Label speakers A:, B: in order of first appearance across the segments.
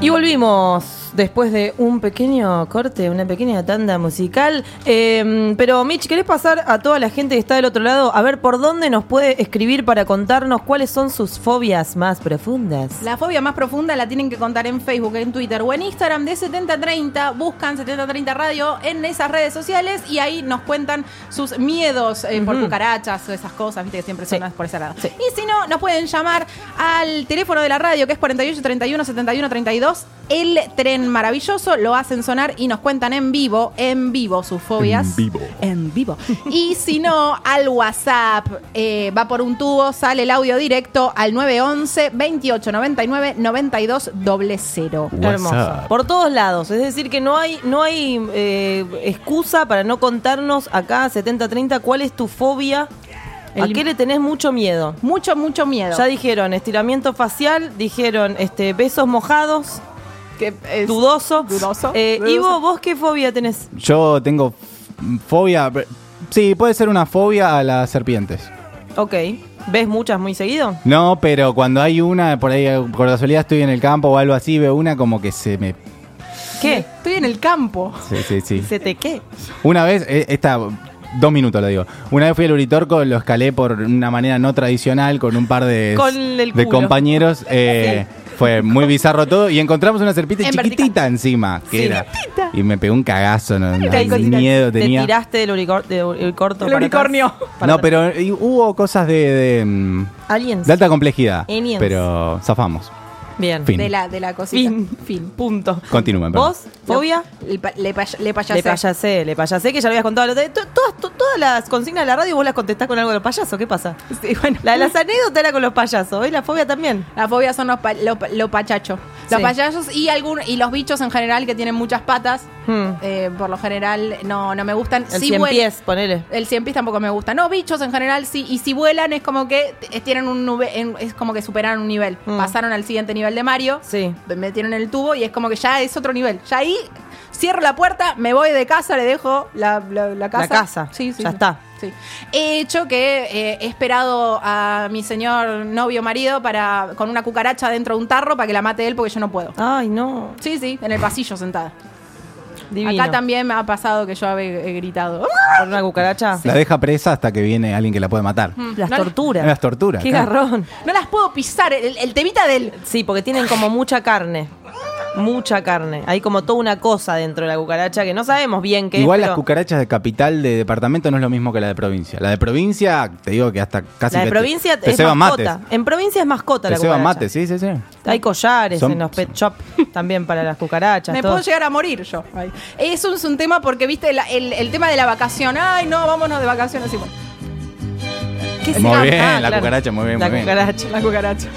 A: Y volvimos después de un pequeño corte, una pequeña tanda musical. Eh, pero Mitch, ¿querés pasar a toda la gente que está del otro lado a ver por dónde nos puede escribir para contarnos cuáles son sus fobias más profundas?
B: La fobia más profunda la tienen que contar en Facebook, en Twitter o en Instagram de 7030. Buscan 7030 Radio en esas redes sociales y ahí nos cuentan sus miedos eh, por cucarachas o esas cosas, viste que siempre son
A: Sí.
B: las por ese lado.
A: Sí.
B: Y si no, nos pueden llamar al teléfono de la radio que es 48 31 71 32. El tren maravilloso lo hacen sonar y nos cuentan en vivo, en vivo sus fobias.
C: En vivo.
B: En vivo. Y si no, al WhatsApp eh, va por un tubo, sale el audio directo al 911 28 99 92 00.
A: Hermoso. Por todos lados. Es decir, que no hay, no hay eh, excusa para no contarnos acá 7030 cuál es tu fobia, a
B: El-
A: qué le tenés mucho miedo.
B: Mucho, mucho miedo.
A: Ya dijeron estiramiento facial, dijeron este besos mojados,
B: Que es-
A: dudoso.
B: Dudoso.
A: Eh,
B: Dudoso.
A: Ivo, ¿vos qué fobia tenés?
D: Yo tengo f- fobia. pero- Sí, puede ser una fobia a las serpientes.
A: Ok. ¿Ves muchas muy seguido?
D: No, pero cuando hay una, por ahí por casualidad estoy en el campo o algo así, veo una como que se me.
A: ¿Qué?
B: Estoy en el campo.
D: Sí, sí, sí.
A: ¿Se te qué?
D: Una vez, eh, esta, dos minutos lo digo. Una vez fui al Uritorco, lo escalé por una manera no tradicional con un par de,
A: Con el
D: de
A: culo.
D: compañeros. eh, Fue muy bizarro todo y encontramos una serpiente
B: En
D: chiquitita
B: vertical.
D: encima. Que
A: Sí.
D: era. Y me pegó un cagazo, no, no,
A: Te-
D: ni miedo
A: te
D: tenía.
A: tiraste del unicor- de unicornio.
B: El
A: para atrás.
B: unicornio.
A: Para
D: no,
A: atrás.
D: pero eh, hubo cosas de, de, mm,
A: Aliens.
D: de alta complejidad.
A: Aliens.
D: Pero zafamos.
A: Bien.
D: Fin.
B: De la, de la cosita.
A: Fin. Fin. Punto.
D: Continúen, perdón.
A: ¿Vos? ¿Fobia?
B: Le, pa- le, pay- le payasé.
A: Le payasé, le payasé, que ya lo habías contado. Lo de- to- Todas, to- todas las consignas de la radio vos las contestás con algo de los payasos, ¿qué pasa?
B: Sí, bueno.
A: La de las anécdotas era con los payasos, ¿eh? La fobia también.
B: La fobia son los, pa- lo, lo pachacho. Los
A: Sí.
B: payachos y algún, y los bichos en general que tienen muchas patas.
A: Hmm.
B: eh, por lo general no, no me gustan.
A: El
B: Sí
A: cien
B: vuel-
A: pies, ponele.
B: El cien pies tampoco me gusta. No, bichos en general sí. Y si vuelan es como que t- tienen un nube, en- es como que superaron un nivel.
A: Mm.
B: Pasaron al siguiente nivel de Mario.
A: Sí.
B: me Metieron el tubo y es como que ya es otro nivel. Ya ahí cierro la puerta, me voy de casa, le dejo la, la- casa.
A: La casa.
B: Sí, sí.
A: Ya
B: sí.
A: está.
B: Sí. He hecho que eh, he esperado a mi señor novio marido para con una cucaracha dentro de un tarro para que la mate él porque yo no puedo.
A: Ay, no.
B: Sí, sí, en el pasillo sentada.
A: Divino.
B: Acá también me ha pasado que yo he, he gritado. ¡Ah!
A: Por una cucaracha.
D: La deja presa hasta que viene alguien que la puede matar.
A: Las
B: No,
A: torturas.
D: Las torturas,
A: Qué
D: claro.
A: garrón.
B: No las puedo pisar. El, el temita del.
A: Sí, porque tienen como mucha carne. Mucha carne. Hay como toda una cosa dentro de la cucaracha que no sabemos bien qué es.
D: Igual las
A: pero
D: cucarachas de capital de departamento no es lo mismo que la de provincia. La de provincia, te digo que hasta casi
A: La de
D: que te-
A: provincia
D: te
A: es
D: ceban
A: mascota.
D: mates.
A: En provincia es mascota
D: Te
A: la
D: ceban
A: cucaracha.
D: mates, sí, sí, sí.
A: Hay collares
D: Son-
A: en los pet shop también para las cucarachas.
B: Me
A: todo.
B: puedo llegar a morir yo. Ay. Eso es un tema porque, viste, la- el, el tema de la vacación. Ay, no, vámonos de vacaciones. Y bueno,
A: ¿Qué es
D: Muy
A: eso?
D: bien,
B: Ah,
D: la cucaracha, muy bien,
A: La
D: muy bien.
A: cucaracha.
B: la cucaracha.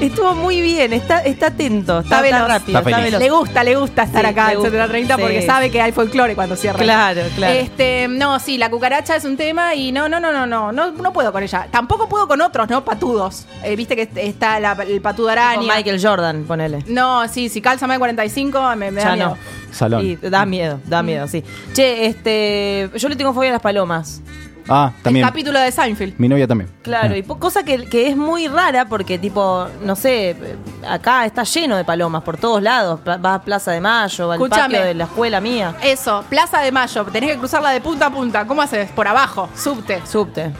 A: Estuvo muy bien, está, está atento, está,
B: Está veloz.
A: está rápido,
D: Está
A: está,
D: feliz.
A: veloz.
B: Le gusta, le gusta estar
A: Sí,
B: acá
A: le
B: en
A: gusta.
B: 30 porque
A: Sí.
B: sabe que hay folclore cuando cierra.
A: Claro, claro.
B: Este, no, sí, la cucaracha es un tema y no, no, no, no, no, no, no puedo con ella. Tampoco puedo con otros, ¿no? Patudos. Eh, Viste que est- está la- el patudo
A: Con
B: araña.
A: Michael Jordan, ponele.
B: No, sí, si calza más de 45 ah, me, me da
A: ya
B: miedo.
A: no.
D: Salón.
A: Y da miedo, da miedo, sí. Che, este, yo le tengo fobia a las palomas.
D: Ah, también.
B: El capítulo de Seinfeld.
D: Mi novia también.
A: Claro,
D: Eh.
A: y po- cosa que, que es muy rara porque, tipo, no sé, eh, acá está lleno de palomas por todos lados. Pla- Vas a Plaza de Mayo, al
B: Escuchame.
A: patio de la escuela mía.
B: Eso, Plaza de Mayo, tenés que cruzarla de punta a punta. ¿Cómo haces? Por abajo, subte.
A: Subte.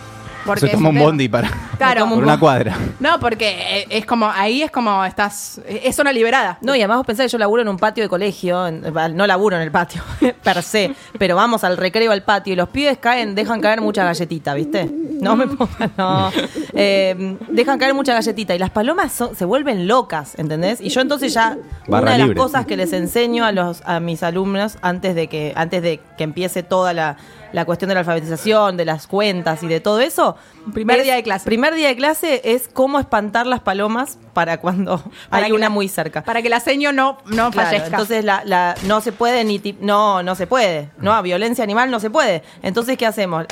B: Porque
D: Se
B: es
D: toma un
B: tema.
D: bondi para
B: Claro.
D: por una cuadra.
B: No, porque eh, es como, ahí es como estás, es zona liberada.
A: No, y además vos pensás que yo laburo en un patio de colegio, en- va, no laburo en el patio, per se, pero vamos al recreo al patio y los pibes caen, dejan caer mucha galletita, ¿viste? No me pongan, no. Eh, dejan caer mucha galletita y las palomas son- se vuelven locas, ¿entendés? Y yo entonces ya,
D: Barra
A: una de las
D: libre.
A: cosas que les enseño a, los, a mis alumnos antes de que, antes de que empiece toda la, la cuestión de la alfabetización, de las cuentas y de todo eso.
B: Primer
A: es-
B: día de clase.
A: Primer día de clase es cómo espantar las palomas para cuando
B: Para
A: hay
B: que
A: una
B: la-
A: muy cerca.
B: Para que la seño no, no
A: Claro,
B: fallezca.
A: entonces la, la- no se puede ni tip- no no se puede no a violencia animal no se puede entonces qué hacemos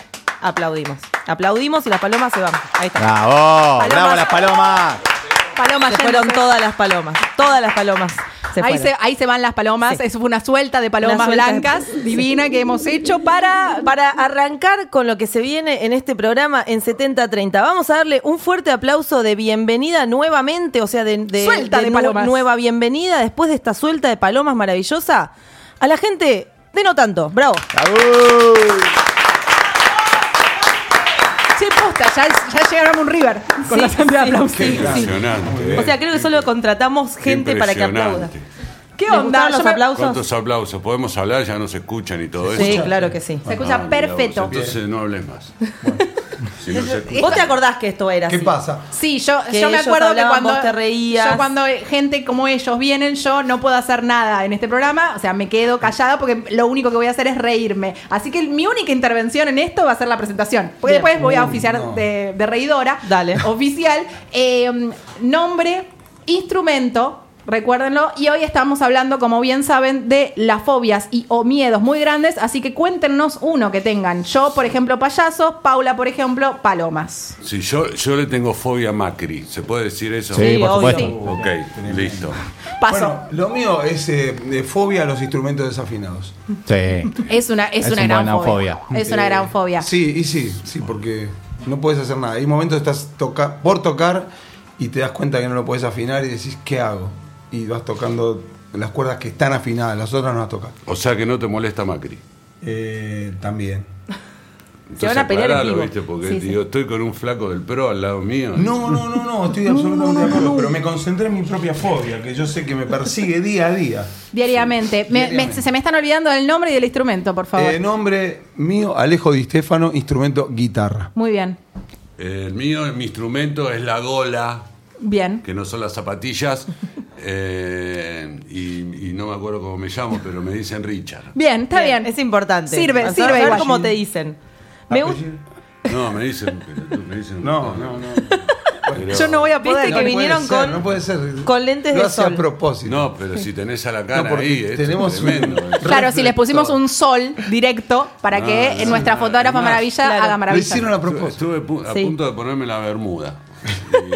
A: aplaudimos aplaudimos y las palomas se van ahí está
D: ¡Bravo!
B: Palomas.
D: ¡Bravo las palomas!
B: Paloma
A: se fueron
B: yéndose.
A: todas las palomas todas las palomas Se
B: ahí,
A: fueron.
B: se, ahí se van las palomas.
A: Sí.
B: Es una suelta de palomas
A: Una suelta de-
B: blancas divina que hemos hecho para.
A: Para arrancar con lo que se viene en este programa en 7030, vamos a darle un fuerte aplauso de bienvenida nuevamente, o sea, de,
B: Suelta de
A: nu-
B: palomas.
A: nueva bienvenida después de esta suelta de palomas maravillosa a la gente de no tanto. Bravo.
B: Che, posta, ya, ya llegaron a un River
A: Sí,
B: con la asamblea de
A: sí,
B: aplausos.
A: sí, sí.
C: Impresionante.
A: O sea, creo que solo contratamos
C: Qué
A: gente para que aplauda.
C: Eh, impresionante.
B: ¿Qué
A: ¿Qué
B: onda?
A: onda?
B: Yo
A: los
B: me-
A: aplausos?
C: ¿Cuántos aplausos? Podemos hablar, ya nos escuchan y todo
A: Sí,
C: eso.
A: claro que sí.
B: Se escucha
C: mira
B: perfecto.
C: vos, entonces no hables más. Si no se escucha.
A: ¿Vos te acordás que esto era
E: ¿Qué
A: así?
E: pasa?
B: Sí, yo,
A: Que
B: yo me
A: ellos
B: acuerdo que
A: hablaban,
B: cuando
A: vos te reías.
B: yo cuando gente como ellos vienen, yo no puedo hacer nada en este programa, o sea, me quedo callada porque lo único que voy a hacer es reírme. Así que mi única intervención en esto va a ser la presentación, porque
A: Bien.
B: después voy a oficiar de, de reidora
A: Dale.
B: oficial, eh, nombre, instrumento. Recuérdenlo, y hoy estamos hablando, como bien saben, de las fobias y o miedos muy grandes, así que cuéntenos uno que tengan. Yo, por ejemplo, payasos, Paula, por ejemplo, palomas.
C: Si yo, yo le tengo fobia a Macri, ¿se puede decir eso?
D: Sí, por
A: obvio.
D: supuesto.
C: Ok, listo.
B: Paso.
E: Bueno, lo mío es eh, de fobia a los instrumentos desafinados.
D: Sí.
B: Es una, es
D: Es
B: una
D: un
B: gran
D: buena
B: fobia.
D: fobia.
B: Es una
E: Eh,
B: gran fobia.
E: Sí, y sí, sí, porque no puedes hacer nada. Hay momentos que estás toca por tocar y te das cuenta que no lo puedes afinar y decís, ¿qué hago? Y vas tocando las cuerdas que están afinadas, las otras no las tocas.
C: O sea que no te molesta Macri.
E: Eh, también.
C: Entonces,
A: van a pelear en
C: aclaralo,
A: vivo.
C: ¿viste? Porque
B: Sí, sí.
C: digo, estoy con un flaco del pro al lado mío.
E: No, no, no, no, estoy absolutamente de acuerdo, pero me concentré en mi propia fobia, que yo sé que me persigue día a día.
B: Diariamente. Me- me-
E: diariamente.
B: se me están olvidando del nombre y del instrumento, por favor.
E: Eh, nombre mío, Alejo Di Stefano, instrumento guitarra.
B: Muy bien.
C: El mío, mi instrumento es la gola,
B: Bien.
C: que no son las zapatillas. eh, y, y no me acuerdo cómo me llamo, pero me dicen Richard.
B: Bien, está bien.
A: Es importante.
B: Sirve,
A: Vas a
B: sirve
A: ver
B: igual.
A: cómo te dicen. Me gusta.
E: Apellido-
C: No, me dicen. Me dicen
E: No, no, no.
C: Pero-
B: Yo no voy a
A: Viste
B: poder.
A: que
E: puede
A: vinieron
E: ser,
A: con-
E: no puede ser.
A: con lentes
E: Lo
A: de
E: hace
A: sol.
E: a propósito.
C: No, pero si tenés a la
E: No,
C: cara ahí, esto
E: tenemos
C: es tremendo.
E: un-
B: Claro, si les pusimos un sol directo para
C: No,
E: Ah,
B: que
C: no,
B: nuestra
C: no,
B: fotógrafa
C: no.
B: maravilla
A: Claro.
B: haga
E: Lo
B: maravilla.
E: hicieron a
C: Estuve,
E: propósito.
C: estuve pu- a
A: Sí.
C: punto de ponerme la bermuda.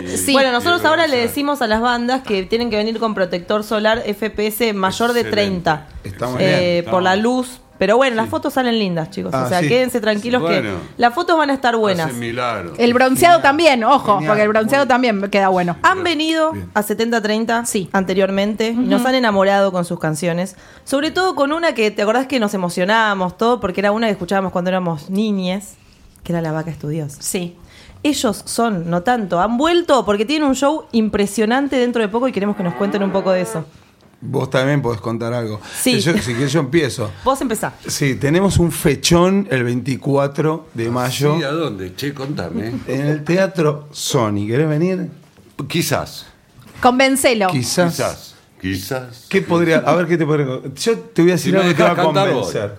C: Y-
B: Sí.
A: Bueno, nosotros
C: y-
A: ahora le
C: o sea,
A: decimos a las bandas que tienen que venir con protector solar FPS mayor de
C: Excelente.
A: 30
E: Está muy
A: eh,
E: bien.
C: está
A: por la
C: bien.
A: luz. Pero bueno, las fotos salen lindas, chicos.
E: Ah,
A: o sea,
E: sí.
A: quédense tranquilos que
C: Bueno.
A: las fotos van a estar buenas.
C: hacen milagros.
B: El bronceado también, ojo,
E: Genial.
B: porque el bronceado
E: Muy-
B: también queda bueno. Ah,
A: Han venido a 70-30
B: Sí.
A: anteriormente y nos han enamorado con sus canciones. Sobre todo con una que, ¿te acordás que nos emocionábamos todo? Porque era una que escuchábamos cuando éramos niñes, que era La Vaca Estudiosa.
B: sí.
A: Ellos son, no tanto, han vuelto porque tienen un show impresionante dentro de poco y queremos que nos cuenten un poco de eso.
E: Vos también podés contar algo.
A: Sí.
E: Yo, si querés, yo empiezo.
A: Vos empezá.
E: Sí, tenemos un fechón el 24 de mayo
C: Ah, Sí, ¿a dónde? Che, contame.
E: en el Teatro Sony. ¿Querés venir?
C: Quizás.
B: Convencelo.
E: Quizás.
C: Quizás. Quizás.
E: ¿Qué podría.? A ver qué te podría. con- Yo te voy a decir
C: Si me
E: algo que te va a
C: dejás cantar,
E: convencer.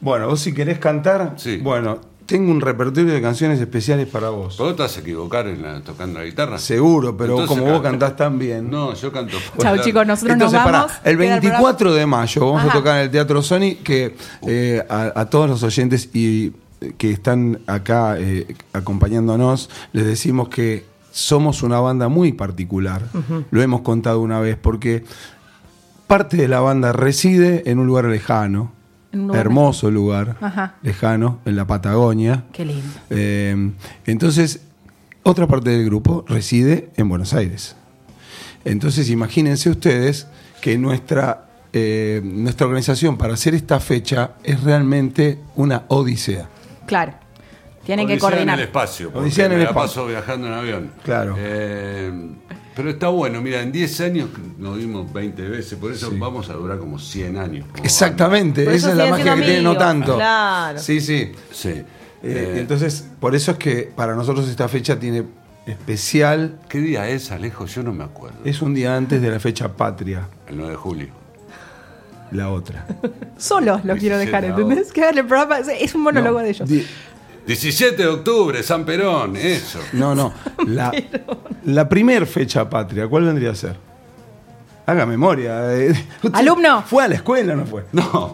E: Bueno, vos si querés cantar.
C: Sí.
E: Bueno, tengo un repertorio de canciones especiales para vos.
C: ¿Vos te vas a equivocar en la- tocando la guitarra?
E: Seguro, pero
C: Entonces
E: como vos
C: canta.
E: cantás tan bien.
C: No, yo canto.
B: Chau,
C: Claro.
B: chicos, nosotros
E: Entonces,
B: nos
E: pará,
B: vamos.
E: el
B: Queda
E: 24 de mayo vamos
B: Ajá.
E: a tocar en el Teatro Sony, que eh, a, a todos los oyentes y eh, que están acá eh, acompañándonos, les decimos que somos una banda muy particular. Lo hemos contado una vez, porque parte de la banda reside en un lugar lejano,
B: En un lugar
E: hermoso lugar,
B: Ajá.
E: lejano, en la Patagonia.
B: Qué lindo.
E: Eh, entonces, otra parte del grupo reside en Buenos Aires. Entonces, imagínense ustedes que nuestra, eh, nuestra organización para hacer esta fecha es realmente una odisea.
B: Claro. Tienen que
C: Odisea
B: coordinar.
C: en el espacio. porque
E: Odisea en
C: me
E: el
C: la
E: espacio.
C: paso viajando en avión.
E: Claro.
C: Eh, pero está bueno, mira, en 10 años nos vimos 20 veces, por eso vamos a durar como 100 años. como
E: Exactamente,
A: Por eso
E: esa es la
A: siguen
E: magia que
A: siendo
E: tiene no
A: amigos,
E: tanto.
A: claro.
E: Sí, sí.
C: banda. Sí.
E: Eh, entonces, por eso es que para nosotros esta fecha tiene especial.
C: ¿Qué día es, Alejo? Yo no me acuerdo.
E: Es un día antes de la fecha patria,
C: El 9 de julio.
E: la otra.
B: Solos los quiero dejar, ¿entendés? Que hagan el programa. Es un monólogo de ellos.
E: Di-
C: 17 de octubre, San Perón, eso.
E: No, no. La, la primer fecha patria, ¿cuál vendría a ser? Haga memoria. eh, usted
B: ¿Alumno?
E: ¿Fue a la escuela o no fue? No.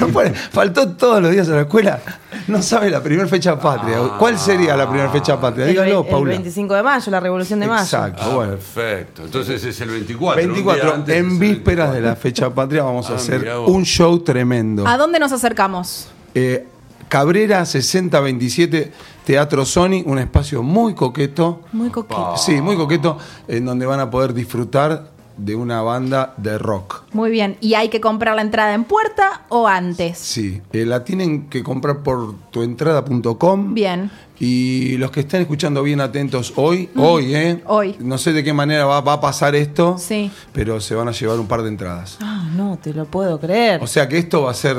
E: no fue. Faltó todos los días a la escuela. No sabe la primera fecha patria.
C: Ah.
E: ¿Cuál sería la primera fecha patria?
A: El ve-
E: Dígalo,
A: el,
E: Paula.
A: 25 de mayo, la revolución de mayo.
E: Exacto.
C: Ah,
E: bueno.
C: perfecto. Entonces es el 24. un día
E: 24.
C: antes es
E: En
C: el
E: vísperas
C: 24.
E: de la fecha patria vamos a
C: Ah,
E: hacer
C: mirá vos.
E: un show tremendo.
B: ¿A dónde nos acercamos?
E: Eh, Cabrera 6027, Teatro Sony, un espacio muy coqueto.
B: Muy coqueto.
E: Sí, muy coqueto, en donde van a poder disfrutar de una banda de rock.
B: Muy bien. ¿Y hay que comprar la entrada en puerta o antes?
E: Sí, eh, la tienen que comprar por tuentrada.com.
B: Bien.
E: Y los que están escuchando bien atentos hoy, hoy, ¿eh?
B: Mm. Hoy.
E: No sé de qué manera va, va a pasar esto,
B: Sí.
E: pero se van a llevar un par de entradas.
A: Ah, no te lo puedo
B: Ah,
A: creer.
E: O sea que esto va a ser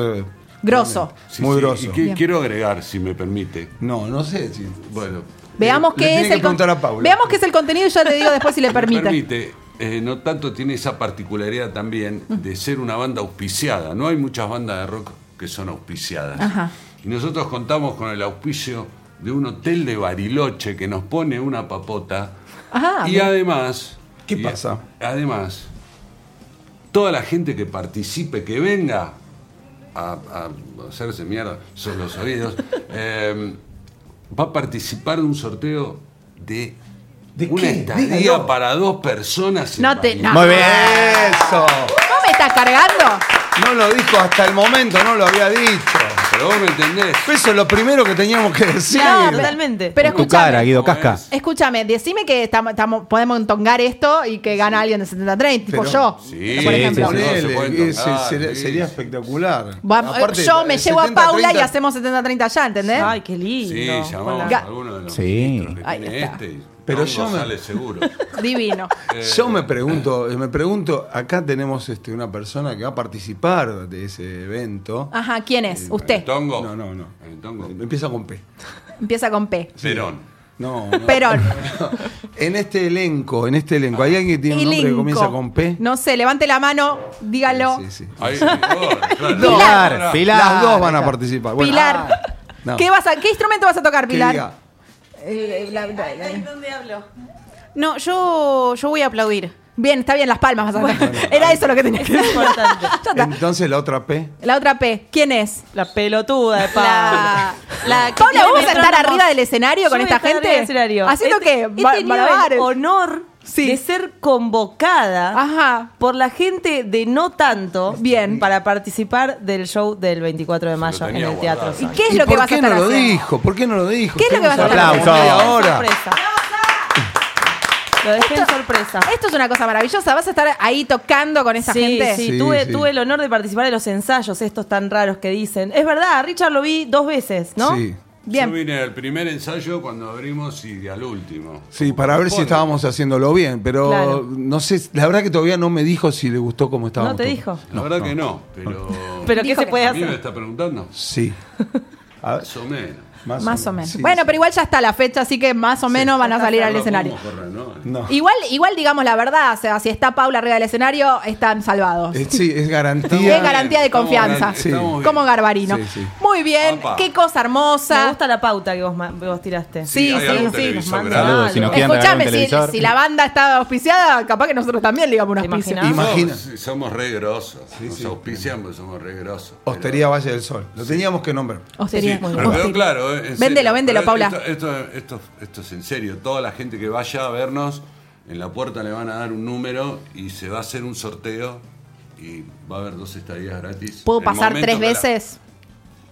B: Grosso.
C: Sí,
E: muy
C: sí,
E: grosso.
C: y que-
B: Bien.
C: quiero agregar, si me permite.
E: No, no sé. si-
C: Bueno.
B: Veamos
E: Le
B: qué
E: tiene
B: es
E: que
B: el con-
E: preguntar a Paula.
B: Veamos qué es el contenido y ya te digo después si le
C: me
B: permite.
C: permite, eh, no tanto tiene esa particularidad también de ser una banda auspiciada. No hay muchas bandas de rock que son auspiciadas.
B: Ajá.
C: Y nosotros contamos con el auspicio de un hotel de Bariloche que nos pone una papota.
B: Ajá,
C: y
B: bien.
C: además...
E: ¿Qué
C: y
E: pasa?
C: Además, toda la gente que participe, que venga a, a hacerse mierda son los oídos, eh, va a participar de un sorteo de,
E: ¿De
C: una
E: qué?
C: estadía
E: Dígalo.
C: para dos personas. en
B: No te-
A: Ah.
B: no.
C: Bariloche.
D: Muy bien.
E: ¡Eso!
B: ¿No me estás cargando?
E: No lo dijo hasta el momento, no lo había dicho.
C: Pero vos me entendés.
E: Eso es lo primero que teníamos que decir.
A: Claro, totalmente.
B: Pero
D: En tu
B: escúchame.
D: cara, Guido
C: ¿Cómo
D: Casca.
C: es?
B: Escúchame, decime que estamos- estamos- podemos entongar esto y que gana alguien de 70-30, tipo
E: Pero-
B: yo.
C: Sí,
B: por ejemplo.
D: sí,
C: no,
E: Ponele,
C: se puede
E: eh, se-
C: tocar,
E: sería,
C: sí.
E: sería espectacular.
B: Va- eh,
E: Aparte,
B: yo me
E: el
B: llevo a
E: 70,
B: Paula
E: 30,
B: y hacemos 70-30 allá, ¿entendés?
A: Ay, qué lindo.
C: Sí,
A: Con la-
C: llamamos a alguno de los
D: Sí.
C: ministros que
B: Ahí
C: tiene
B: está.
C: este y
E: Pero
C: Pero
E: yo me-
C: sale seguro.
B: Divino.
E: Yo me pregunto, eh, me pregunto, acá tenemos este, una persona que va a participar de ese evento.
B: Ajá, ¿quién es? Usted.
C: ¿El tongo?
E: No, no, no.
C: ¿El tongo?
E: Empieza con P.
B: Empieza con P.
C: Perón.
E: No, no.
B: Perón.
E: En este elenco, en este elenco, ¿hay alguien que tiene un nombre que
B: Elenco.
E: comienza con P?
B: No sé, levante la mano, dígalo.
E: Sí, sí.
C: Ahí, oh, claro.
D: Pilar,
C: Ahora,
D: Pilar.
E: Las dos van a participar. Bueno, ah,
B: Pilar.
E: no.
B: ¿Qué, vas a- ¿Qué instrumento vas a tocar,
E: que diga.
B: Pilar? Eh, eh, la- la- la- No, yo, yo voy a aplaudir. Bien, está bien, las palmas vas a tocar. Era eso lo que tenías que
A: Es
B: decir.
A: importante.
B: Ya está.
E: Entonces la otra P.
B: La otra P, ¿quién es?
A: La pelotuda de Paula.
F: La, la que
B: Paula,
F: tiene
B: ¿vos vas a estar
F: metrónomos.
B: arriba del escenario
A: Yo
B: con
A: voy a
B: esta
A: estar
B: gente?
A: arriba del escenario. Este
B: ¿Haciendo
A: He-
B: qué?
A: He
B: Ba-
A: tenido
B: malabares.
A: el honor
B: Sí.
A: de ser convocada
B: Ajá.
A: por la gente de no tanto
B: Bien.
A: para participar del show del 24 de mayo en
C: tenía
A: el
C: guardado.
A: Teatro
B: ¿Y
A: Sal.
B: qué es
E: ¿Y
B: lo que
E: por
B: vas a
E: qué
B: estar
E: no lo
B: haciendo?
E: dijo? ¿Por qué no lo dijo?
B: ¿Qué es lo que vas a estar
E: Estuvimos hablando
D: haciendo?
E: media
A: Lo dejé en
E: hora.
A: sorpresa. Lo dejé en sorpresa.
B: Esto es una cosa maravillosa. ¿Vas a estar ahí tocando con esa
A: sí,
B: gente?
A: Sí,
E: Sí,
A: tuve,
E: sí.
A: tuve el honor de participar de los ensayos estos tan raros que dicen. Es verdad, a Richard lo vi dos veces, ¿no?
E: Sí.
B: Bien.
C: Yo vine al primer ensayo cuando abrimos y al último.
E: Sí, para ver si
C: Bueno.
E: estábamos haciéndolo bien, pero
A: Claro.
E: no sé, la verdad que todavía no me dijo si le gustó cómo estábamos.
A: No te
E: tocando.
A: dijo.
C: La verdad que no, pero...
A: Pero ¿qué
B: Dijo
A: se
B: que
A: puede
C: ¿A mí me
A: hacer?
C: está preguntando?
E: Sí. A ver,
C: Más o menos.
B: Más o menos.
E: Sí,
B: bueno,
E: sí.
B: pero igual ya está la fecha, así que más o menos van a salir al
C: No
B: escenario.
C: podemos correr, ¿no?
E: No.
B: Igual, igual digamos la verdad, o sea, si está Paula arriba del escenario, están salvados.
E: Eh, sí, es
B: Qué
E: garantía.
C: bien,
B: garantía de
C: estamos
B: confianza.
C: bien, estamos bien.
B: Como Garbarino.
E: Sí, sí.
B: Muy bien,
C: Opa.
B: qué cosa hermosa.
A: Me gusta la pauta que vos, ma- que vos tiraste.
B: Sí,
C: hay
B: sí,
C: algún
B: sí,
C: televisor
A: nos
C: grande.
A: mandan
D: Saludos, si nos
A: algo.
D: quieren regalar un
B: Escuchame, si,
D: televisor.
B: si la banda está auspiciada, capaz que nosotros también le digamos un
A: ¿Te
B: auspicio.
A: imaginás?
E: Ima- Imagina.
C: Somos, somos re grosos. nos
E: sí.
C: auspician, pero somos re grosos.
E: Hostería Valle del Sol. Lo teníamos que nombrar.
B: Hostería.
A: Sí,
B: Muy
C: Pero
B: bien.
C: quedó claro, ¿eh? en serio.
B: Véndelo, véndelo,
C: Pero
B: Paula.
C: Esto, esto- esto- esto es en serio. Toda la gente que vaya a vernos, en la puerta le van a dar un número y se va a hacer un sorteo y va a haber dos estadías gratis.
B: ¿Puedo
C: El
B: pasar
C: momento
B: tres
C: para-
B: veces?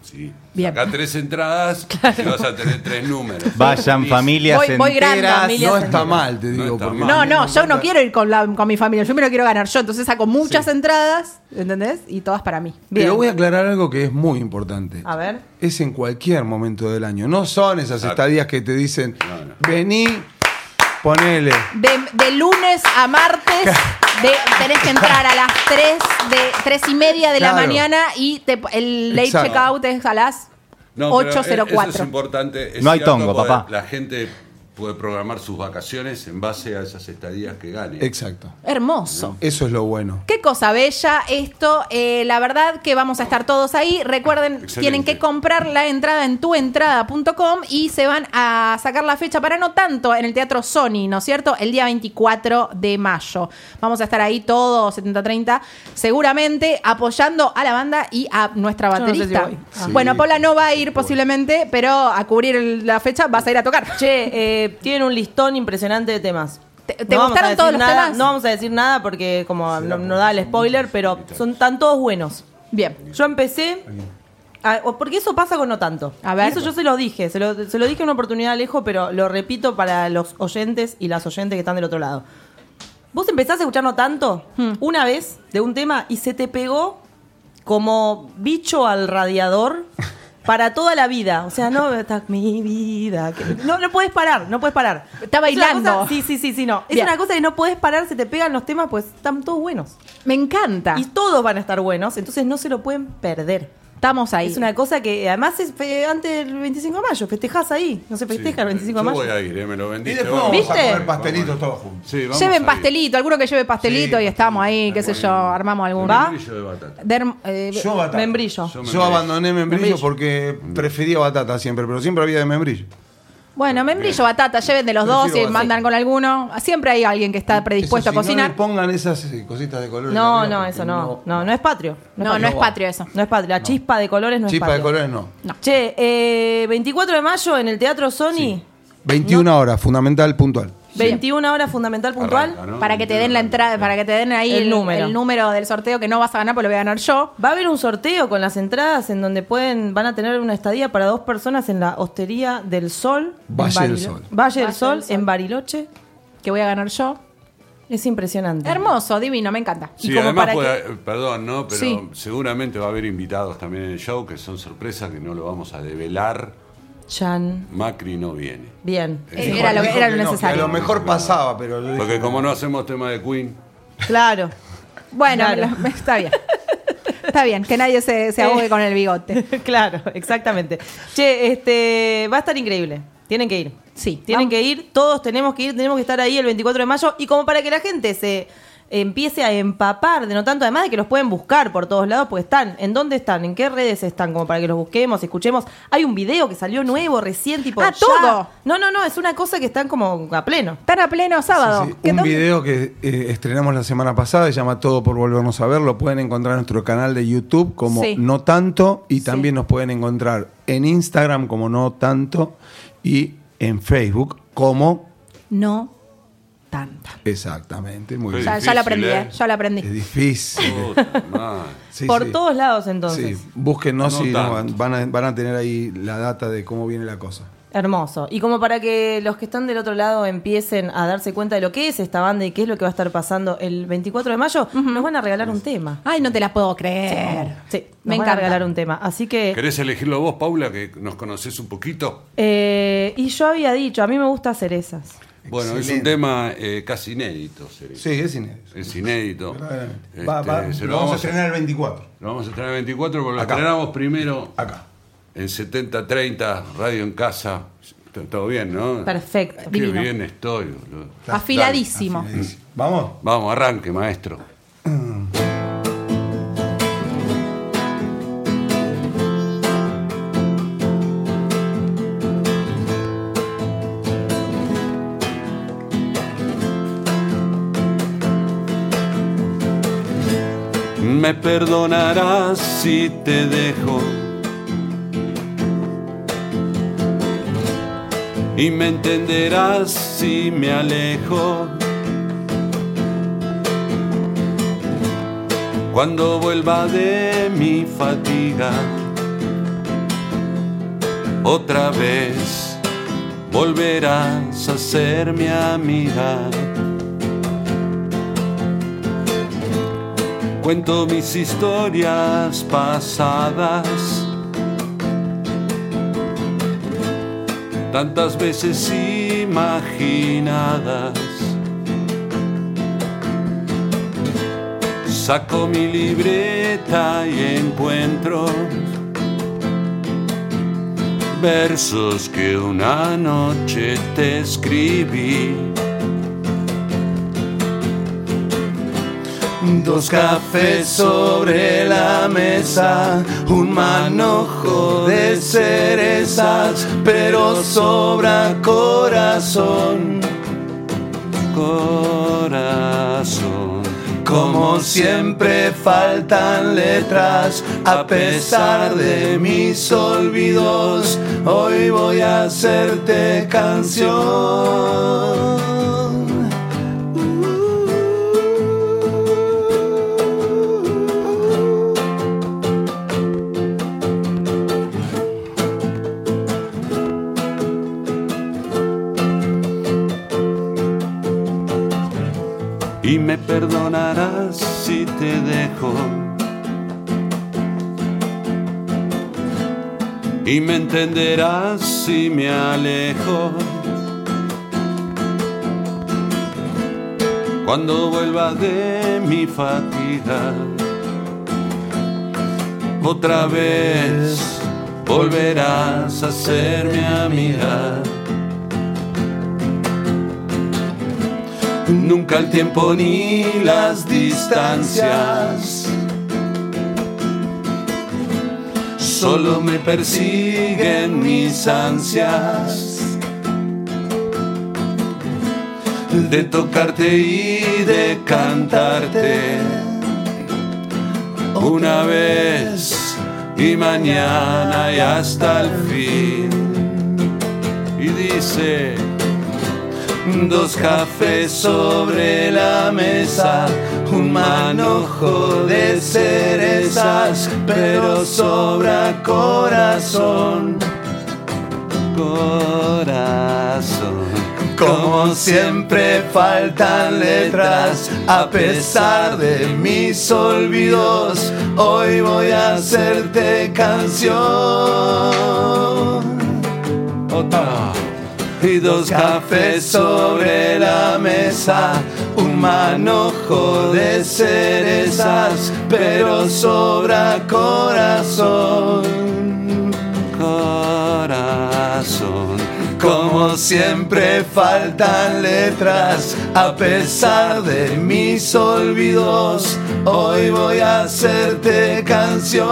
C: Sí.
B: Bien.
C: Acá tres entradas y vas a tener tres números.
D: Vayan
C: Y-
D: familias
B: Voy- voy grande,
D: enteras.
A: familia.
E: No está mal, te
C: No
E: digo.
C: está
E: porque-
C: mal.
B: No, no, yo no quiero ir con, la- con mi familia, yo me lo quiero ganar yo, entonces saco muchas entradas, ¿entendés? Y todas para mí.
E: Pero voy a aclarar algo que es muy importante.
A: A ver.
E: Es en cualquier momento del año. No son esas
C: Exacto.
E: estadías que te dicen,
C: No, no.
E: vení, ponele.
B: De, de lunes a martes de- tenés que entrar a las 3, de, tres y media de la
E: Claro.
B: mañana y te- el late
E: Exacto.
B: checkout es a las
C: No, pero e- Eso es
B: 8.04.
C: importante. Es
D: No hay
C: cierto,
D: tongo,
C: porque
D: papá.
C: La gente puede programar sus vacaciones en base a esas estadías que gane.
E: Exacto.
B: Hermoso.
E: Eso es lo bueno.
B: Qué cosa bella esto. eh, la verdad que vamos a estar todos ahí. Recuerden,
C: Excelente.
B: tienen que comprar la entrada en tuentrada.com y se van a sacar la fecha para no tanto en el Teatro Sony, ¿no es cierto? El día 24 de mayo. Vamos a estar ahí todos, 70-30, seguramente apoyando a la banda y a nuestra
A: Yo no sé si
B: baterista.
A: voy.
E: Ah.
B: Bueno,
E: Sí,
B: Paula no va a ir
E: voy.
B: posiblemente, pero a cubrir el- la fecha vas a ir a tocar.
A: Che, eh, tienen un listón impresionante de temas.
B: ¿Te- te
A: vamos
B: gustaron
A: a decir
B: todos los
A: nada-
B: temas?
A: No vamos a decir nada porque como no, no da el spoiler, pero son tan todos buenos.
B: Bien.
A: Yo empecé. a- o- porque eso pasa con no tanto.
B: A ver.
A: Eso yo se lo dije. Se lo, se lo dije en una oportunidad, Alejo, pero lo repito para los oyentes y las oyentes que están del otro lado. Vos empezás a escuchar no tanto
B: Hmm.
A: una vez de un tema y se te pegó como bicho al radiador para toda la vida. O sea, no, está mi vida. que- No, no puedes parar, no puedes parar.
B: Está
A: Es una
B: bailando.
A: cosa- sí, sí, sí, sí, no. Es
B: Bien.
A: una cosa que no puedes parar, se te pegan los temas, pues están todos buenos.
B: Me encanta.
A: Y todos van a estar buenos, entonces no se lo pueden perder.
B: Estamos ahí.
A: Es una cosa que además es fe- antes del 25 de mayo, festejás ahí, no se festeja el 25 de
C: Yo
A: mayo.
C: voy a ir, eh, me lo
E: Y
C: vendiste.
E: después vamos
A: ¿Viste?
E: a comer pastelitos todos juntos.
C: Sí, vamos
B: Lleven
C: a ir.
B: pastelito, alguno que lleve pastelito
E: Sí,
B: y estamos ahí, qué sé
C: Bueno,
B: yo, armamos algún.
A: ¿Va?
C: membrillo de batata.
B: De herm- eh,
E: Yo batata.
A: Membrillo.
C: Yo
E: Yo,
C: me-
E: abandoné membrillo,
A: Membrillo.
E: porque prefería batata siempre, pero siempre había de membrillo.
B: bueno, membrillo, batata, lleven de los
E: Prefiero
B: dos y
E: batata.
B: mandan con alguno. Siempre hay alguien que está predispuesto
E: Eso, si
B: a cocinar.
E: No le pongan esas eh, cositas de colores.
A: No,
E: arriba,
A: no,
E: porque
A: eso no. No, no es patrio.
B: no, no,
E: no
B: es
E: va.
B: patrio eso.
A: No es patrio. La chispa de colores no
E: Chispa
A: es
E: de
A: patrio.
E: colores no.
A: Che, eh, 24 de mayo en el Teatro Sony,
E: 21 horas, fundamental, puntual.
A: 21 horas fundamental puntual.
C: Arranca, ¿no?
B: Para que te den la entrada, para que te den ahí
A: El
B: el, el número.
A: número.
B: del sorteo que no vas a ganar, porque lo voy a ganar yo.
A: Va a haber un sorteo con las entradas en donde pueden van a tener una estadía para dos personas en la Hostería del Sol. en
E: Valle del
A: Barilo-
E: Sol.
A: Valle del
B: Valle
A: Sol,
B: del Sol.
A: en Bariloche.
B: Que voy a ganar yo.
A: Es impresionante.
B: Hermoso, divino, me encanta.
A: Y
C: Sí,
A: como
C: además
A: para
C: puede- eh, perdón, ¿no? Pero
B: Sí.
C: seguramente va a haber invitados también en el show que son sorpresas que no lo vamos a develar.
A: Chan.
C: Macri no viene.
A: Bien.
B: Eh, Era lo,
E: Dijo
B: era
E: que
B: lo
E: no, que
B: necesario.
E: a lo mejor pasaba, pero. yo dije,
C: Porque como no hacemos tema de Queen,
A: Claro.
B: Bueno,
A: Claro.
B: me lo- está bien. Está bien, que nadie se, se ahogue con el bigote.
A: claro, exactamente. Che, este, va a estar increíble. Tienen que ir.
B: Sí,
A: Tienen
B: vamos.
A: que ir, todos tenemos que ir, tenemos que estar ahí el 24 de mayo. Y como para que la gente se empiece a empapar de no tanto, además de que los pueden buscar por todos lados, porque están, ¿en dónde están? ¿En qué redes están? Como para que los busquemos, escuchemos. Hay un video que salió nuevo, recién, tipo.
B: Ah,
A: ya.
B: todo.
A: No, no, no, es una cosa que están como a pleno.
B: Están a pleno sábado.
E: Sí, sí,
B: ¿Qué
E: un
B: tal?
E: video que eh, estrenamos la semana pasada, se llama Todo por Volvernos a Ver, lo pueden encontrar en nuestro canal de YouTube como
B: Sí.
E: No Tanto y también nos pueden encontrar en Instagram como No Tanto y en Facebook como
B: No tanta.
E: exactamente, muy
C: Sí.
E: bien.
B: Ya,
C: difícil,
B: ya lo aprendí,
C: ¿eh?
B: eh, ya lo
E: Es
B: aprendí.
E: difícil.
C: puta madre.
E: Sí,
A: por
E: sí.
A: todos lados, entonces.
E: Sí, búsquenos
C: No
E: y
C: tanto.
E: van- van, a, van a tener ahí la data de cómo viene la cosa.
A: Hermoso. Y como para que los que están del otro lado empiecen a darse cuenta de lo que es esta banda y qué es lo que va a estar pasando el 24 de mayo, nos van a regalar un tema.
B: Ay, no te la puedo creer.
A: Sí, nos
B: me
A: van
B: encanta.
A: a regalar un tema. Así que.
C: ¿Querés elegirlo vos, Paula, que nos conocés un poquito?
A: eh, y yo había dicho, a mí me gusta cerezas.
C: Bueno, es un
E: Excelente.
C: tema eh, casi inédito. sería.
E: Sí, es inédito.
C: Es inédito.
E: Verdaderamente.
C: Este,
E: Va- va-
C: se
E: lo vamos a estrenar el 24.
C: Lo vamos a estrenar el 24 porque lo
E: Acá.
C: estrenamos primero
E: Acá.
C: en 7030, Radio en Casa. Está Todo bien, ¿no?
A: Perfecto.
C: Qué
A: Divino.
C: bien estoy, boludo.
B: Afiladísimo.
E: Afiladísimo. Vamos.
C: Vamos, arranque, maestro. Me perdonarás si te dejo. Y me entenderás si me alejo. Cuando vuelva de mi fatiga, otra vez volverás a ser mi amiga. Cuento mis historias pasadas. tantas veces imaginadas. Saco mi libreta y encuentro versos que una noche te escribí. Dos cafés sobre la mesa, un manojo de cerezas, pero sobra corazón, corazón. Como siempre faltan letras, a pesar de mis olvidos, hoy voy a hacerte canción. y me perdonarás si te dejo. Y me entenderás si me alejo. Cuando vuelva de mi fatiga, otra vez volverás a ser mi amiga. Nunca el tiempo ni las distancias. Solo me persiguen mis ansias de tocarte y de cantarte una vez y mañana y hasta el fin. Y dice dos cafés sobre la mesa, un manojo de cerezas, pero sobra corazón, corazón. Como siempre faltan letras, a pesar de mis olvidos, hoy voy a hacerte canción. Otra y dos cafés sobre la mesa, un manojo de cerezas, pero sobra corazón, corazón. Como siempre faltan letras, a pesar de mis olvidos, hoy voy a hacerte canción.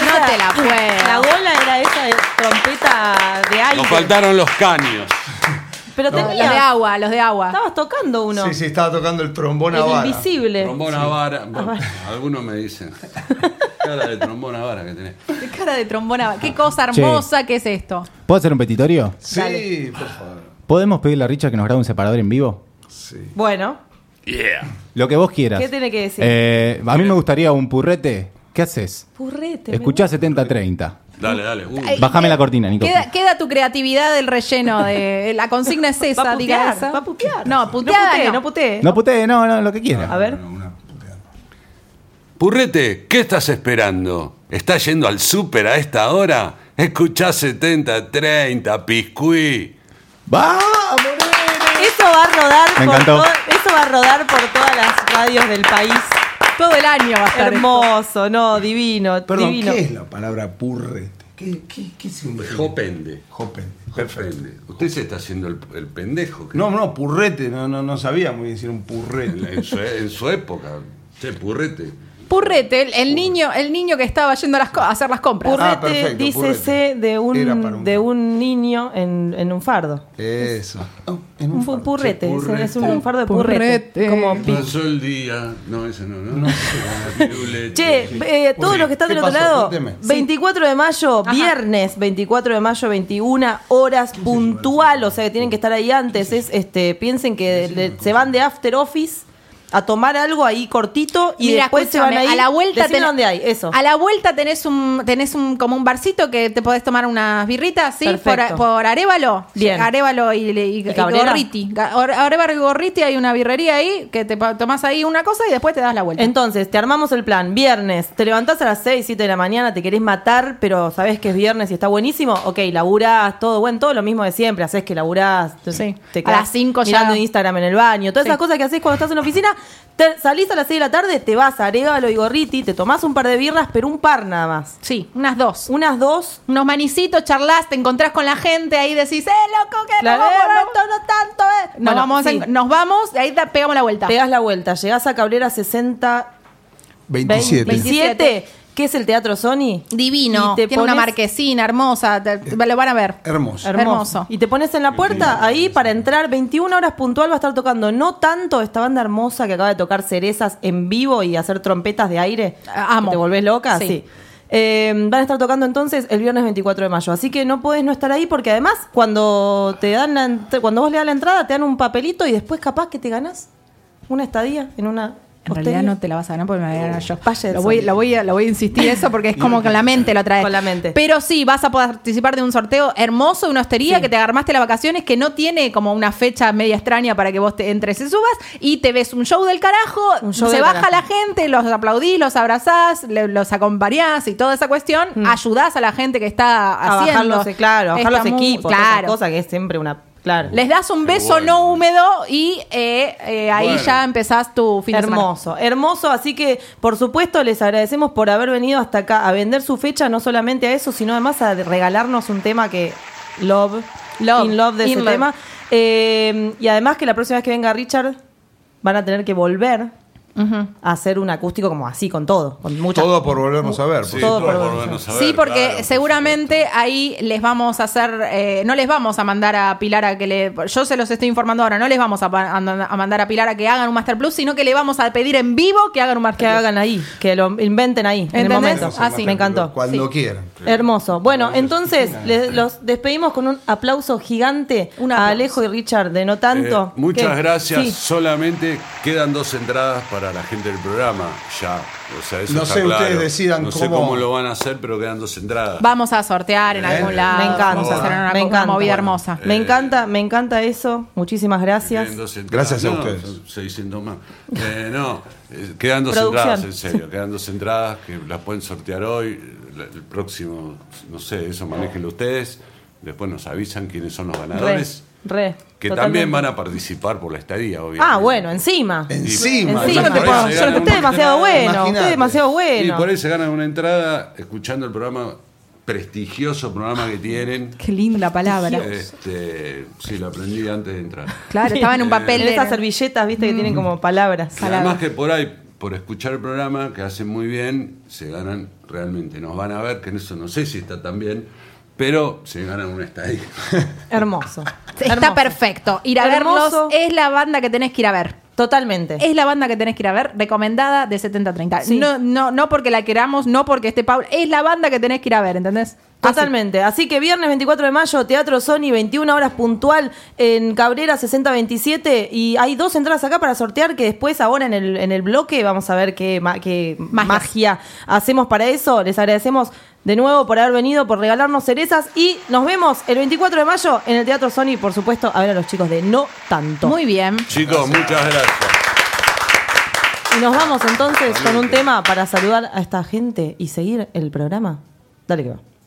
B: No te la puedo.
A: La bola era esa de trompeta de aire.
C: Nos faltaron los caños.
A: Pero
B: Los de
A: tenía.
B: agua, los de agua.
A: Estabas tocando uno.
F: Sí, sí, estaba tocando el trombón a
A: el
F: vara.
A: invisible.
C: Trombón a
A: Ah,
C: vara. Bueno, algunos me dicen. Cara de trombón a vara que tenés.
B: Qué cara de trombona. Qué cosa
D: Che.
B: hermosa que es esto.
D: ¿Puedo hacer un petitorio?
F: Sí, por favor.
D: ¿Podemos pedirle a Richa que nos grabe un separador en vivo?
F: Sí.
A: Bueno,
C: Yeah.
D: Lo que vos quieras.
A: ¿Qué tiene que decir?
D: Eh, a mí me gustaría un purrete. ¿Qué haces?
A: purrete. me
D: Escuchá 70-30.
C: Dale, dale. Uy.
B: Ay,
D: Bájame
B: queda-
D: la cortina, Nico.
B: Queda, queda tu creatividad del relleno. De, la consigna es esa,
A: Va a
B: diga
A: putear,
B: esa.
A: va a putear.
B: No,
A: gusta.
B: puteada
A: no puté,
B: no.
A: no, puté.
D: No putee, no, no, lo que quieras.
A: A ver.
C: Purrete, ¿qué estás esperando? ¿Estás yendo al súper a esta hora? Escuchá 70-30, piscuí.
D: ¡Vamos!
A: Eso va a rodar
D: Me
A: por
D: encantó.
A: todo- eso va a rodar por todas las radios del país.
B: Todo el año va a estar.
A: Hermoso, no, divino,
F: Perdón,
A: divino.
F: ¿qué es la palabra purrete? ¿Qué, qué, qué significa?
C: Jopende.
F: Jopen.
C: Jopende. Usted se está haciendo el, el pendejo. que-
E: No, no, purrete, no, no, no sabía muy bien si era un
C: En,
E: purrete.
C: en su, en su época. Che, purrete.
B: Purrete, el, el niño, el niño que estaba yendo a, las co- a hacer las compras.
A: Purrete,
F: Ah, perfecto,
A: dícese
F: purrete.
A: de
F: Era para
A: un,
F: un-
A: de un niño en, en un fardo.
F: Eso.
A: Un, fu- purrete,
F: Sí,
A: dicen, es un,
F: purrete.
A: fardo de purrete.
B: Purrete.
A: Como pi-
C: Pasó el día. No, ese no, ¿no? Ah, pirulete.
A: Che, eh, todos los que están
F: ¿Qué
A: del otro
F: pasó?
A: lado,
F: Cuénteme.
A: 24 de mayo, viernes 24 de mayo, 21 horas puntual, o sea que tienen que estar ahí antes. Es, este, piensen que le- se van de after office a tomar algo ahí cortito y
B: Mira,
A: después se van
B: escúchame,
A: ahí.
B: a la vuelta
A: Decime
B: tenés-
A: dónde hay, eso.
B: A la vuelta tenés un tenés un como un barcito que te podés tomar unas birritas, ¿sí? Por,
A: Perfecto.
B: por Arevalo.
A: Bien.
B: Arevalo y, y- y
A: Cabrera?
B: Gorriti. Ga- Or- Arevalo y Gorriti hay una birrería ahí que te pa- tomás ahí una cosa y después te das la vuelta.
A: Entonces, te armamos el plan. Viernes, te levantás a las 6, 7 de la mañana, te querés matar, pero sabés que es viernes y está buenísimo. Ok, laburás, todo bueno, todo lo mismo de siempre. Hacés que laburás, te,
B: Sí.
A: te
B: A
A: quedás
B: las cinco ya.
A: mirando Instagram en el baño. Todas
B: Sí.
A: esas cosas que haces cuando estás en la oficina. Te- salís a las 6 de la tarde, te vas a Arevalo y Gorriti, te tomás un par de birras, pero un par nada más.
B: sí, unas dos.
A: Unas dos.
B: unos manicitos, charlas, te encontrás con la gente, ahí decís, ¡eh, loco, que
A: La
B: nos vamos!
A: veo,
B: no-
A: esto no tanto, eh.
B: Nos,
A: Bueno,
B: vamos, a-
A: sí.
B: nos vamos, ahí da- pegamos la vuelta.
A: Pegás la vuelta, llegás a Cabrera 60...
E: 27.
A: 27, que es el Teatro Sony.
B: Divino,
A: Y te
B: tiene una
A: pones-
B: marquesina hermosa, te- te- lo van a ver.
E: Hermoso.
A: Hermoso.
B: Hermoso.
A: Y te pones en la puerta ahí para entrar. 21 horas puntual va a estar tocando no tanto esta banda hermosa que acaba de tocar cerezas en vivo y hacer trompetas de aire.
B: Ah, amo.
A: Que ¿Te volvés loca? Sí.
B: Sí.
A: Eh, van a estar tocando entonces el viernes 24 de mayo. Así que no podés no estar ahí porque además cuando te dan la ent- cuando vos le das la entrada te dan un papelito y después capaz que te ganás una estadía en una
B: En
A: hostería.
B: realidad no te la vas a ganar porque me la voy a ganar yo.
A: Vaya el
B: Lo voy,
A: sonido.
B: lo, voy a, lo voy a insistir eso porque es como con la mente lo traes.
A: Con la mente.
B: Pero sí, vas a poder participar de un sorteo hermoso de una hostería
A: Sí.
B: que te armaste las vacaciones, que no tiene como una fecha media extraña para que vos te entres y subas. Y te ves un show del carajo,
A: Un show
B: se
A: del
B: baja
A: carajo.
B: la gente, los aplaudís, los abrazás, le- los acompañás y toda esa cuestión. Ayudás a la gente que está
A: Mm. a bajar
B: haciendo.
A: los, e-, claro, a bajar
B: esta
A: los
B: mu-
A: equipos, todas esas
B: Claro.
A: cosas que es siempre una claro.
B: Les das un
C: Qué
B: beso
C: bueno.
B: no húmedo y eh, eh, ahí
C: Bueno.
B: ya empezás tu fin de semana.
A: hermoso, hermoso. Así que, por supuesto, les agradecemos por haber venido hasta acá a vender su fecha, no solamente a eso, sino además a regalarnos un tema que love,
B: Love,
A: in love de
B: in
A: ese
B: love.
A: tema. Eh, y además que la próxima vez que venga Richard van a tener que volver a hacer un acústico como así, con todo, con mucha
E: Todo por volvernos a ver.
C: Sí,
E: por
A: todo
C: todo
E: supuesto.
A: por
C: por
A: volver.
C: volvernos a
B: sí,
C: ver,
B: porque
C: claro, por
B: seguramente ahí les vamos a hacer, eh, no les vamos a mandar a Pilar a que le, yo se los estoy informando ahora, no les vamos a, pa- a mandar a Pilar a que hagan un Master Plus, sino que le vamos a pedir en vivo que hagan un Master
A: que
B: Plus.
A: hagan ahí, que lo inventen ahí, en el
B: ¿Entendés?
A: momento.
B: Ah, sí.
A: Me encantó.
F: Cuando
B: Sí.
F: quieran.
A: Hermoso. Bueno, entonces les- los despedimos con un aplauso gigante
B: Un
A: a
B: aplauso.
A: Alejo y Richard de No Tanto.
C: Eh, muchas
A: ¿Qué?
C: gracias.
A: Sí.
C: Solamente quedan dos entradas para la gente del programa. Ya. O sea, eso
F: No
C: está
F: sé,
C: claro.
F: ustedes decidan
C: No sé
F: cómo-
C: cómo lo van a hacer, pero quedan dos entradas.
B: Vamos a sortear en algún lado.
A: Me encanta,
B: Vamos a hacer una,
A: me
B: una
A: encanta.
B: movida
C: Eh,
B: hermosa.
A: Me encanta, me encanta eso. Muchísimas gracias.
C: Quedan dos entradas.
F: Gracias a
C: No,
F: ustedes.
C: son 600 más. Eh, no, eh, quedan dos
A: Producción.
C: entradas, en serio. Quedan dos entradas que las pueden sortear hoy. la- El próximo, no sé, eso manéjenlo ustedes. Después nos avisan quiénes son los
A: Re,
C: ganadores.
A: re.
C: Que
A: totalmente.
C: también van a participar por la estadía, obviamente.
A: Ah, bueno, encima.
F: Encima.
A: Encima.
C: Yo no te puedo-
A: Yo-
C: yo no te
A: usted es demasiado bueno,
F: Imagínate.
A: usted es demasiado
C: Y
A: bueno.
C: por ahí se ganan una entrada escuchando el programa, prestigioso programa que tienen.
B: Qué linda palabra.
C: Este, sí, lo aprendí antes de entrar.
B: Claro, estaba en un papel Mm.
A: En
B: de...
A: esas servilletas, viste, que tienen como palabras.
C: Y Además que por ahí, por escuchar el programa, que hacen muy bien, se ganan realmente. Nos van a ver, que en eso no sé si está tan bien, pero se ganan una estadía.
A: Hermoso.
B: Está
A: Hermoso.
B: perfecto. Ir a
A: Hermoso.
B: verlos es la banda que tenés que ir a ver.
A: Totalmente.
B: Es la banda que tenés que ir a ver, recomendada de 70-30.
A: Sí.
B: No, no, no porque la queramos, no porque esté Paul. Es la banda que tenés que ir a ver, ¿entendés?
A: Totalmente. Así. que viernes 24 de mayo, Teatro Sony, 21 horas puntual en Cabrera 6027. Y hay dos entradas acá para sortear que después, ahora en el, en el bloque, vamos a ver qué, ma- qué magia.
B: Magia.
A: hacemos para eso. Les agradecemos de nuevo por haber venido, por regalarnos cerezas. Y nos vemos el 24 de mayo en el Teatro Sony, por supuesto, a ver a los chicos de No Tanto.
B: Así. Muy bien.
C: Chicos, muchas gracias.
A: y nos vamos entonces con un tema para saludar a esta gente y seguir el programa. Dale que va.